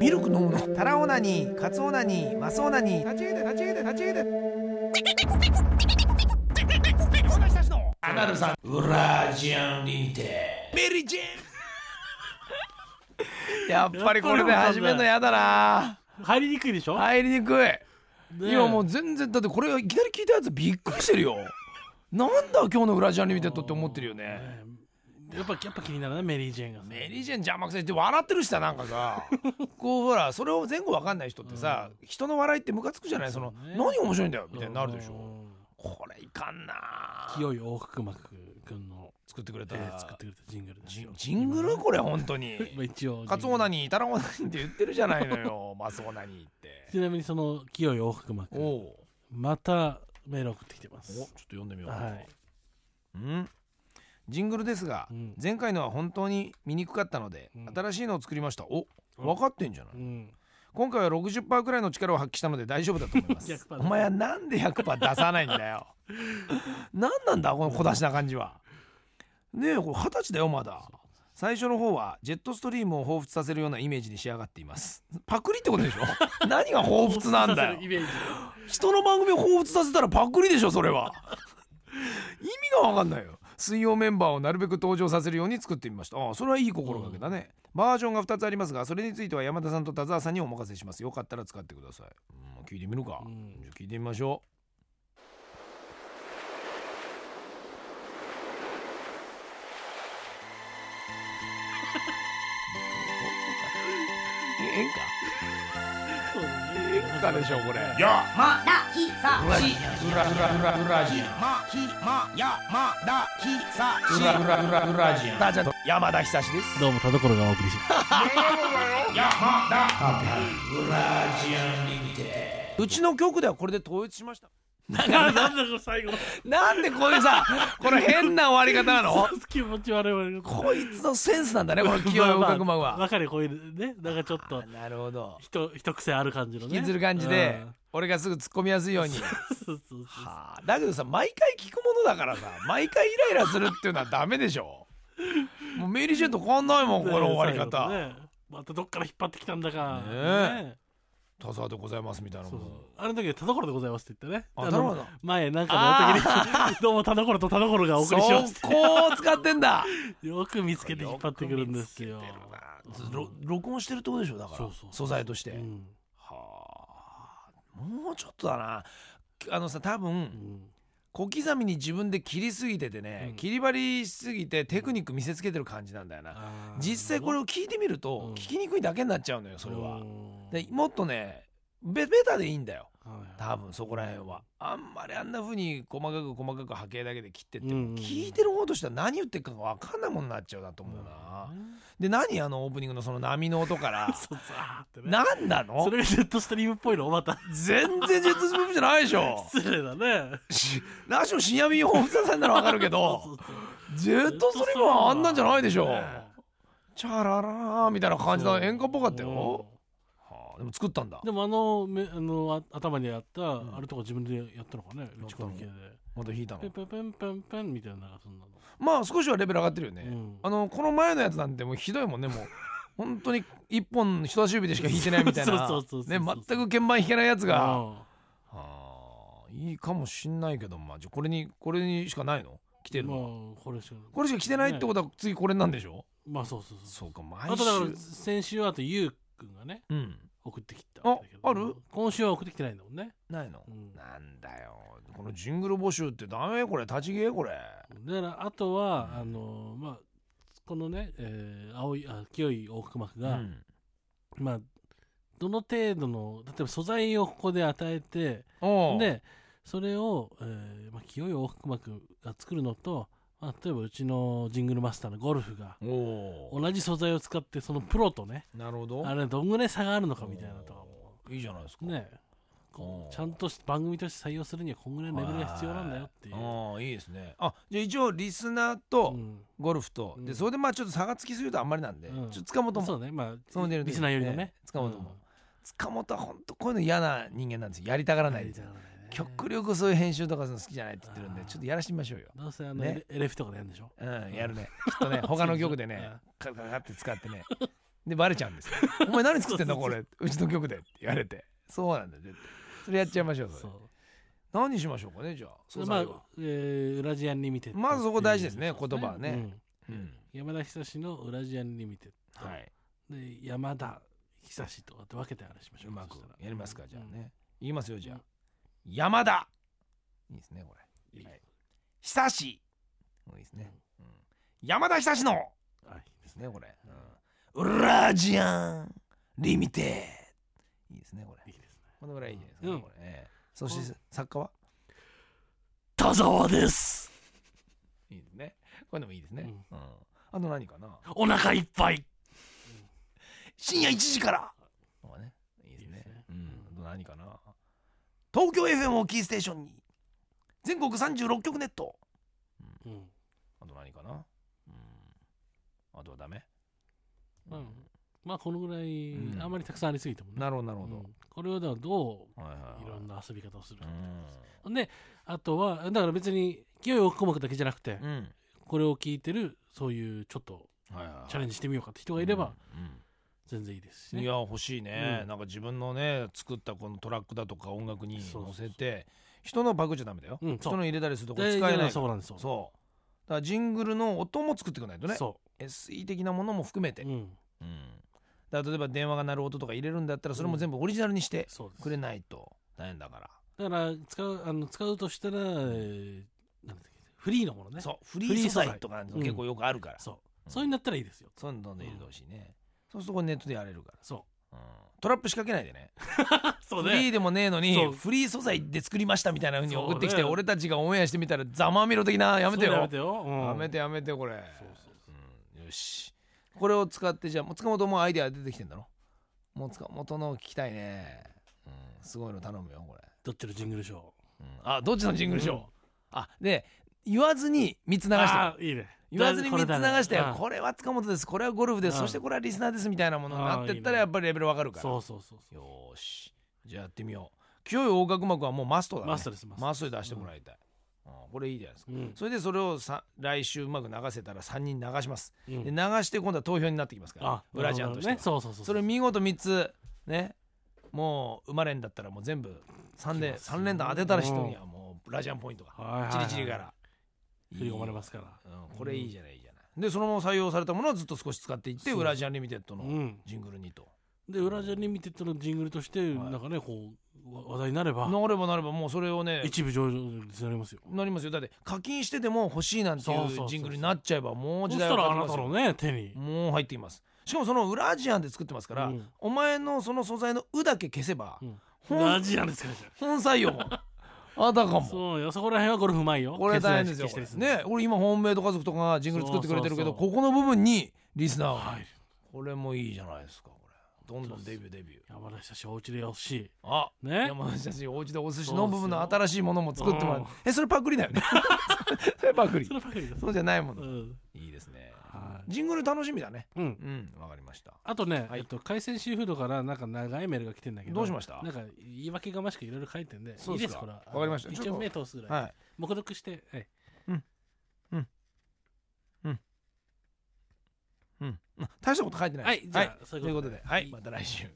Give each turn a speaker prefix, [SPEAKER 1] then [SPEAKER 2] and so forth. [SPEAKER 1] ミルク飲むの
[SPEAKER 2] タラオナニー、カツオナニー、マスオナニー。立ち上げて、立ち上げて、立ち上げて。
[SPEAKER 1] アナルさん
[SPEAKER 3] ラジアンリーテ
[SPEAKER 1] メリージェ
[SPEAKER 2] やっぱりこれで始めるのやだな。
[SPEAKER 4] 入りにくいでしょ、
[SPEAKER 2] 入りにくい。
[SPEAKER 4] ねえ
[SPEAKER 2] 今もう全然だってこれいきなり聞いたやつびっくりしてるよ。なんだ今日の裏ジャンリミテッドって思ってるよね。
[SPEAKER 4] やっぱやっぱ気になるねメリー・ジェーンがさ
[SPEAKER 2] メリージェン邪魔くせして笑ってるしさなんかさこうほらそれを前後わかんない人ってさ、人の笑いってムカつくじゃないその何面白いんだよみたいになるでしょ、これいかんな
[SPEAKER 4] 清い大福幕君の
[SPEAKER 2] 作ってくれた、
[SPEAKER 4] えー作ってくれたジングルです
[SPEAKER 2] ジ
[SPEAKER 4] よ
[SPEAKER 2] ジングルこれ本当に
[SPEAKER 4] まあ一応
[SPEAKER 2] カツオナニータラオナニーって言ってるじゃないの よマスオナニーって
[SPEAKER 4] ちなみにその清い大福幕
[SPEAKER 2] おお
[SPEAKER 4] またメール送ってきてま
[SPEAKER 2] おちょっ
[SPEAKER 4] す
[SPEAKER 2] と読んでみよう、
[SPEAKER 4] はい
[SPEAKER 2] うんジングルですが、
[SPEAKER 4] うん
[SPEAKER 2] 前回のは本当に醜かったので、
[SPEAKER 4] うん
[SPEAKER 2] 新しいのを作りましたお分かってんじゃない、
[SPEAKER 4] うん
[SPEAKER 2] 今回は60%くらいの力を発揮したので大丈夫だと思いま す
[SPEAKER 4] 100%
[SPEAKER 2] お前はなんで100%出さないんだ よ何なんだこの小出しな感じはねえこれ二十歳だよまだ最初の方はジェットストリームを彷彿させるようなイメージに仕上がっていますパクリってことでしょ 何が彷彿なんだよ
[SPEAKER 4] イメージ
[SPEAKER 2] 人の番組を彷彿させたらパクリでしょそれは意味が分かんないよ水曜メンバーをなるべく登場させるように作ってみましたああそれはいい心がけだね、バージョンが2つありますがそれについては山田さんと田沢さんにお任せしますよかったら使ってください、うん、聞いてみるか、
[SPEAKER 4] うん
[SPEAKER 2] じゃあ聞いてみましょうええんか
[SPEAKER 4] そう
[SPEAKER 2] ええんかでしょこれ
[SPEAKER 3] や
[SPEAKER 1] まだひさ
[SPEAKER 3] ラ
[SPEAKER 1] し
[SPEAKER 3] ララララジアン
[SPEAKER 1] まひまやまだひさし
[SPEAKER 3] ラララララジアン
[SPEAKER 2] ダジャと山田久志です
[SPEAKER 4] どうも田所がお送りし ます
[SPEAKER 3] ラジアンリーテ
[SPEAKER 2] うちの局ではこれで統一しました
[SPEAKER 4] なんだこれ最後
[SPEAKER 2] なんでこういうさこの変な終わり方なの
[SPEAKER 4] 気持ち悪い悪い
[SPEAKER 2] こいつのセンスなんだ ねこの清い音楽マン
[SPEAKER 4] まあまあわ
[SPEAKER 2] は
[SPEAKER 4] かるよこういうねなんかちょっと
[SPEAKER 2] なるほど
[SPEAKER 4] ひと一癖ある感じのね
[SPEAKER 2] 引きずる感じで俺がすぐ突っ込みやすいように
[SPEAKER 4] うん そうそうそう
[SPEAKER 2] はあだけどさ毎回聞くものだからさ毎回イライラするっていうのはダメでしょもうメリージェンと変わんないもんこの終わり
[SPEAKER 4] 最
[SPEAKER 2] 方、
[SPEAKER 4] 後のねまたどっから引っ張ってきたんだか
[SPEAKER 2] ねえ
[SPEAKER 4] ね
[SPEAKER 2] 田沢でございますみたいな
[SPEAKER 4] そ
[SPEAKER 2] こ
[SPEAKER 4] う
[SPEAKER 2] と
[SPEAKER 4] そうあの時は田所でございますって言ってね
[SPEAKER 2] あ
[SPEAKER 4] の
[SPEAKER 2] なるほど
[SPEAKER 4] 前なんかの時にどうも田所と田所がお送りします
[SPEAKER 2] そこを使ってんだ
[SPEAKER 4] よく見つけて引っ張ってくるんです
[SPEAKER 2] よ
[SPEAKER 4] よ
[SPEAKER 2] く見つけてるなろ録音してるってことでしょだから
[SPEAKER 4] そうそう
[SPEAKER 2] 素材として、
[SPEAKER 4] うん
[SPEAKER 2] はあもうちょっとだなあのさ多
[SPEAKER 4] う
[SPEAKER 2] 分
[SPEAKER 4] ん
[SPEAKER 2] 小刻みに自分で切りすぎててね、
[SPEAKER 4] うん
[SPEAKER 2] 切り張りしすぎてテクニック見せつけてる感じなんだよな
[SPEAKER 4] あー
[SPEAKER 2] 実際これを聞いてみる
[SPEAKER 4] う
[SPEAKER 2] と
[SPEAKER 4] ん
[SPEAKER 2] 聞きにくいだけになっちゃうのよそれは
[SPEAKER 4] うん
[SPEAKER 2] でもっとねベベタでいいんだよ
[SPEAKER 4] はいはい
[SPEAKER 2] 多分そこら辺はあんまりあんな風に細かく細かく波形だけで切ってっても、
[SPEAKER 4] うんうんうん
[SPEAKER 2] 聞いてる方としては何言ってるか分かんないもんになっちゃうなと思うな、で何あのオープニングのその波の音から
[SPEAKER 4] そうザーってね
[SPEAKER 2] 何なの
[SPEAKER 4] それが ジェットストリームっぽいのまた
[SPEAKER 2] 全然ジェットストリームじゃないでしょ
[SPEAKER 4] 失礼だね
[SPEAKER 2] しラジオ深夜便放送さんならわかるけ
[SPEAKER 4] そう
[SPEAKER 2] ど
[SPEAKER 4] そう
[SPEAKER 2] ジェットストリームはあんなんじゃないでしょ
[SPEAKER 4] ね
[SPEAKER 2] チャララーみたいな感じの
[SPEAKER 4] そう
[SPEAKER 2] 演歌っぽかった
[SPEAKER 4] うん
[SPEAKER 2] よ、はあ、でも作ったんだ
[SPEAKER 4] でもあのめあのあ頭にあった、
[SPEAKER 2] ん
[SPEAKER 4] あれとか自分でやったのかね
[SPEAKER 2] の
[SPEAKER 4] 打ち込み系で
[SPEAKER 2] また弾いたの
[SPEAKER 4] ペンペンペンペンペンみたいななんかそんなの、
[SPEAKER 2] まあ少しはレベル上がってるよね、
[SPEAKER 4] うん
[SPEAKER 2] あのこの前のやつなんてもうひどいも んねもう本当に一本人差し指でしか弾いてないみたいな
[SPEAKER 4] そうそうそうそう
[SPEAKER 2] ね全く鍵盤弾けないやつが、は
[SPEAKER 4] うん
[SPEAKER 2] あいいかもしんないけどまあじゃあこれにこれにしかないの来てるのは、
[SPEAKER 4] まあこれしか
[SPEAKER 2] これしか来てないってことは次これなんでしょ、
[SPEAKER 4] まあそうそうそう
[SPEAKER 2] そうか
[SPEAKER 4] あ
[SPEAKER 2] 毎
[SPEAKER 4] とだか
[SPEAKER 2] 週
[SPEAKER 4] ら先週はあとゆうくんがね
[SPEAKER 2] うん
[SPEAKER 4] 送ってきたわけだけど
[SPEAKER 2] あある
[SPEAKER 4] 今週は送ってきてないんだもんね
[SPEAKER 2] ないの、
[SPEAKER 4] うん
[SPEAKER 2] なんだよこのジングル募集ってダメこれ立ち消えこれ
[SPEAKER 4] だからあとは、あのまあこのね、えー、青いあ清い大福幕
[SPEAKER 2] う
[SPEAKER 4] が、
[SPEAKER 2] ん
[SPEAKER 4] まあどの程度の例えば素材をここで与えて
[SPEAKER 2] おう
[SPEAKER 4] でそれを、えーまあ、清い大福幕が作るのと、まあ、例えばうちのジングルマスターのゴルフが
[SPEAKER 2] おう
[SPEAKER 4] 同じ素材を使ってそのプロとね
[SPEAKER 2] なるほど
[SPEAKER 4] あれどんぐらい差があるのかみたいなとかも
[SPEAKER 2] いいじゃないですか
[SPEAKER 4] ね
[SPEAKER 2] う
[SPEAKER 4] こ
[SPEAKER 2] ん
[SPEAKER 4] うちゃんとし番組として採用するにはこんぐらいのレベルが必要なんだよっていう、
[SPEAKER 2] ああいいですねあじゃあ一応リスナー
[SPEAKER 4] う
[SPEAKER 2] と
[SPEAKER 4] ん
[SPEAKER 2] ゴルフと、
[SPEAKER 4] うん
[SPEAKER 2] でそれでまあちょっと差がつきすぎるとあんまりなんで、
[SPEAKER 4] うん
[SPEAKER 2] ちょっと塚本
[SPEAKER 4] そ
[SPEAKER 2] も
[SPEAKER 4] うねま
[SPEAKER 2] その
[SPEAKER 4] あ
[SPEAKER 2] 出る
[SPEAKER 4] リスナー寄りのね
[SPEAKER 2] 塚本も、塚本は本当こういうの嫌な人間なんですよやりたがら
[SPEAKER 4] うん
[SPEAKER 2] ないん
[SPEAKER 4] やり
[SPEAKER 2] です
[SPEAKER 4] た
[SPEAKER 2] よ
[SPEAKER 4] がらないね
[SPEAKER 2] 極力そういう編集とかするの好きじゃないって言ってるんで
[SPEAKER 4] あー
[SPEAKER 2] ちょっとやらしてみましょうよ
[SPEAKER 4] どうせあの
[SPEAKER 2] ね
[SPEAKER 4] エレエレフとかでやるんでしょ
[SPEAKER 2] うんやるねきっとね他の曲で
[SPEAKER 4] うん
[SPEAKER 2] ねカカカって使ってねでバレちゃうん ですよお前何作ってんだこれうちの曲でって言われてそうなんだよ絶対それやっちゃいましょうそ
[SPEAKER 4] そ
[SPEAKER 2] れ
[SPEAKER 4] う
[SPEAKER 2] 何しましょうかねじゃあ
[SPEAKER 4] そ
[SPEAKER 2] 素
[SPEAKER 4] れま
[SPEAKER 2] 材
[SPEAKER 4] あ
[SPEAKER 2] は、
[SPEAKER 4] えー、ウラジアンリミテッド
[SPEAKER 2] まずそこ大事ですね
[SPEAKER 4] っていう
[SPEAKER 2] 言葉はね
[SPEAKER 4] うん
[SPEAKER 2] うん
[SPEAKER 4] 山田久志のウラジアンリミテッド、
[SPEAKER 2] はい
[SPEAKER 4] で山田久志とかって分けて話しましょ
[SPEAKER 2] う
[SPEAKER 4] う
[SPEAKER 2] まく
[SPEAKER 4] そしたら
[SPEAKER 2] やりますかじゃあ
[SPEAKER 4] うん
[SPEAKER 2] ね言いますよじゃあ
[SPEAKER 4] うん
[SPEAKER 2] 山田いいですねこれ
[SPEAKER 4] いい
[SPEAKER 2] はい久しもういいですねうん山田久しの
[SPEAKER 4] はい
[SPEAKER 2] ですねこれうんラジアンリミテいいですねこれ
[SPEAKER 4] いいですね
[SPEAKER 2] このぐらいいいじゃないですか
[SPEAKER 4] う
[SPEAKER 2] ね
[SPEAKER 4] ん
[SPEAKER 2] これねそして作家は
[SPEAKER 4] 田沢です
[SPEAKER 2] いいですねこれでもいいですね
[SPEAKER 4] うん
[SPEAKER 2] うんあと何かな
[SPEAKER 4] お腹いっぱい
[SPEAKER 2] 深夜1時からとかねいいです
[SPEAKER 4] いいで
[SPEAKER 2] ね
[SPEAKER 4] すね
[SPEAKER 2] うんあと何かな東京 FM をキーステーションに全国36局ネット
[SPEAKER 4] うん
[SPEAKER 2] あと何かなうんあとはダメ
[SPEAKER 4] うんまあこのぐらい、
[SPEAKER 2] うん
[SPEAKER 4] あんまりたくさんありすぎてもね
[SPEAKER 2] なるほどなるほ
[SPEAKER 4] う
[SPEAKER 2] ど
[SPEAKER 4] んこれをだからど
[SPEAKER 2] はいは
[SPEAKER 4] う
[SPEAKER 2] い
[SPEAKER 4] い
[SPEAKER 2] は
[SPEAKER 4] ろ
[SPEAKER 2] い
[SPEAKER 4] んな遊び方をするか、
[SPEAKER 2] う
[SPEAKER 4] であとはだから別に勢いよく鼓膜だけじゃなくて、
[SPEAKER 2] んうん
[SPEAKER 4] これを聞いてるそういうちょっと
[SPEAKER 2] はいはいはい
[SPEAKER 4] チャレンジしてみようかって人がいれば、
[SPEAKER 2] うんうん
[SPEAKER 4] 全然いいですし、ね、
[SPEAKER 2] いや欲しいね、
[SPEAKER 4] うん
[SPEAKER 2] なんか自分のね作ったこのトラックだとか音楽に
[SPEAKER 4] そう
[SPEAKER 2] 乗
[SPEAKER 4] そうそう
[SPEAKER 2] せて人のパクっちゃダメだよ、
[SPEAKER 4] うんそう
[SPEAKER 2] 人の入れたりするとこ使え
[SPEAKER 4] 大事な
[SPEAKER 2] ない
[SPEAKER 4] の
[SPEAKER 2] か
[SPEAKER 4] は
[SPEAKER 2] ら
[SPEAKER 4] そうなんですよ
[SPEAKER 2] そうだからジングルの音も作っていかないとね
[SPEAKER 4] そ
[SPEAKER 2] SE 的なものも含めて、
[SPEAKER 4] う、うん、
[SPEAKER 2] うんだから例えば電話が鳴る音とか入れるんだったらそれも全部オリジナルにして
[SPEAKER 4] そうです
[SPEAKER 2] くれないと大変だから、
[SPEAKER 4] だから使うあの使うとしたら、えーなんだっけフリーのものね
[SPEAKER 2] そうフリ
[SPEAKER 4] フリ
[SPEAKER 2] ー
[SPEAKER 4] ー
[SPEAKER 2] 素
[SPEAKER 4] 素材
[SPEAKER 2] 材とか結構よくあるから、
[SPEAKER 4] そう
[SPEAKER 2] うん
[SPEAKER 4] そういうんだったらいいですよ
[SPEAKER 2] そういうのどんどん入れてほしいね、そうするとこれネットでやれるか
[SPEAKER 4] そ
[SPEAKER 2] ら、うんトラップ仕掛けないでね
[SPEAKER 4] うそう
[SPEAKER 2] フリーでもねえのに
[SPEAKER 4] そう
[SPEAKER 2] フリー素材で作りましたみたいな風に送ってきて、
[SPEAKER 4] そうね
[SPEAKER 2] 俺たちがオンエアしてみたらざまみろ的なやめてよ
[SPEAKER 4] や
[SPEAKER 2] や
[SPEAKER 4] め
[SPEAKER 2] め
[SPEAKER 4] て
[SPEAKER 2] て,、
[SPEAKER 4] よ、うん
[SPEAKER 2] やめてこれ
[SPEAKER 4] そうそうそう
[SPEAKER 2] うんよしこれを使ってじゃあもう塚本もアイデア出てきてんだろもう塚本の聞きたいね、うん、すごいの頼むよこれ、
[SPEAKER 4] どっちのジングルショー
[SPEAKER 2] うんあどっちのジングルでしょう
[SPEAKER 4] うん
[SPEAKER 2] あで言わずに3つ流してよ
[SPEAKER 4] あーいいね
[SPEAKER 2] 言わずに3つ流して
[SPEAKER 4] だ
[SPEAKER 2] よ
[SPEAKER 4] ね
[SPEAKER 2] これは塚本ですこれはゴルフです
[SPEAKER 4] うん
[SPEAKER 2] そしてこれはリスナーですみたいなものになってったら
[SPEAKER 4] あーいいね
[SPEAKER 2] やっぱりレベルわかる
[SPEAKER 4] うん
[SPEAKER 2] から
[SPEAKER 4] そうそうそうそ
[SPEAKER 2] よーしじゃあやってみよう清い横隔膜はもうマストだ
[SPEAKER 4] う
[SPEAKER 2] ね
[SPEAKER 4] マストですマスト
[SPEAKER 2] マストで出してもらいたい、うんこれいいじゃないですか
[SPEAKER 4] うん
[SPEAKER 2] それでそれをさ来週うまく流せたら3人流します、
[SPEAKER 4] うん
[SPEAKER 2] で流して今度は投票になってきますから
[SPEAKER 4] あ
[SPEAKER 2] ブラジアンとしては
[SPEAKER 4] なるほどねそうそうそう
[SPEAKER 2] それ見事3つねもう生まれんだったらもう全部3
[SPEAKER 4] き
[SPEAKER 2] で
[SPEAKER 4] ます
[SPEAKER 2] 三連単当てたら人にはもうブラジアンポイントが
[SPEAKER 4] はいはいはい
[SPEAKER 2] チリチリから
[SPEAKER 4] 振り込まれますから
[SPEAKER 2] うんこれいいじゃないいいじゃないでそのまま採用されたものをずっと少し使っていって
[SPEAKER 4] そう
[SPEAKER 2] ウラジアンリミテッド
[SPEAKER 4] う
[SPEAKER 2] の
[SPEAKER 4] ん
[SPEAKER 2] ジングルにと、
[SPEAKER 4] で裏ジャニミテッドのジングルとして
[SPEAKER 2] はい
[SPEAKER 4] なんかねこうわ話題になれば
[SPEAKER 2] なればなればもうそれをね
[SPEAKER 4] 一部上場になりますよ
[SPEAKER 2] なりますよだって課金してても欲しいなんてい
[SPEAKER 4] そうそうそうそう
[SPEAKER 2] うジングルになっちゃえばもう
[SPEAKER 4] そ
[SPEAKER 2] 時
[SPEAKER 4] し
[SPEAKER 2] 代
[SPEAKER 4] た
[SPEAKER 2] は
[SPEAKER 4] ら
[SPEAKER 2] 変わ
[SPEAKER 4] あな
[SPEAKER 2] りま
[SPEAKER 4] た
[SPEAKER 2] すよ
[SPEAKER 4] のね手に
[SPEAKER 2] もう入っていますしかもそのウラジアンで作ってますから、
[SPEAKER 4] うん
[SPEAKER 2] お前のその素材の「う」だけ消せば、
[SPEAKER 4] うん
[SPEAKER 2] ほん
[SPEAKER 4] ラジアンですからじゃ
[SPEAKER 2] 本採用も あたか
[SPEAKER 4] あ
[SPEAKER 2] も
[SPEAKER 4] そうよそこら辺はゴルフうまいよ
[SPEAKER 2] これ大変ですよ
[SPEAKER 4] 消したり
[SPEAKER 2] こ
[SPEAKER 4] 消
[SPEAKER 2] れ
[SPEAKER 4] したり
[SPEAKER 2] ね俺今ホームメイド家族とかがジングル作ってくれてるけど
[SPEAKER 4] そうそうそう
[SPEAKER 2] ここの部分にリスナーが、
[SPEAKER 4] はい
[SPEAKER 2] これもいいじゃないですかこれどんどんデビューデビュー
[SPEAKER 4] 山田久志お家でよし
[SPEAKER 2] あ
[SPEAKER 4] ね
[SPEAKER 2] 山下氏お家でお寿司
[SPEAKER 4] そ
[SPEAKER 2] の
[SPEAKER 4] うですよ
[SPEAKER 2] 部分の新しいものも作ってもらう
[SPEAKER 4] うん
[SPEAKER 2] え それパクリだよねそれパクリ
[SPEAKER 4] そればかりです
[SPEAKER 2] そうじゃないも
[SPEAKER 4] う
[SPEAKER 2] の、
[SPEAKER 4] ん
[SPEAKER 2] いいですね
[SPEAKER 4] は
[SPEAKER 2] ジングル楽しみだね
[SPEAKER 4] いうん
[SPEAKER 2] うんわかりました
[SPEAKER 4] あとね、
[SPEAKER 2] はい
[SPEAKER 4] えっと、海鮮シーフードからなんか長いメールが来てんだけど、
[SPEAKER 2] どうしました
[SPEAKER 4] なんか言い訳がましくいろいろ書いてんで、
[SPEAKER 2] そう
[SPEAKER 4] いい
[SPEAKER 2] で
[SPEAKER 4] です
[SPEAKER 2] か
[SPEAKER 4] す、これは。
[SPEAKER 2] わかりました
[SPEAKER 4] 一
[SPEAKER 2] ちょっ
[SPEAKER 4] 応
[SPEAKER 2] と
[SPEAKER 4] 目通すぐらい。
[SPEAKER 2] はい
[SPEAKER 4] 目読して、はい、
[SPEAKER 2] うん大したこと書いてない
[SPEAKER 4] はいじゃあ
[SPEAKER 2] と
[SPEAKER 4] そう
[SPEAKER 2] い
[SPEAKER 4] いう
[SPEAKER 2] こ
[SPEAKER 4] うことと
[SPEAKER 2] で
[SPEAKER 4] で
[SPEAKER 2] は
[SPEAKER 4] はい
[SPEAKER 2] いまた来週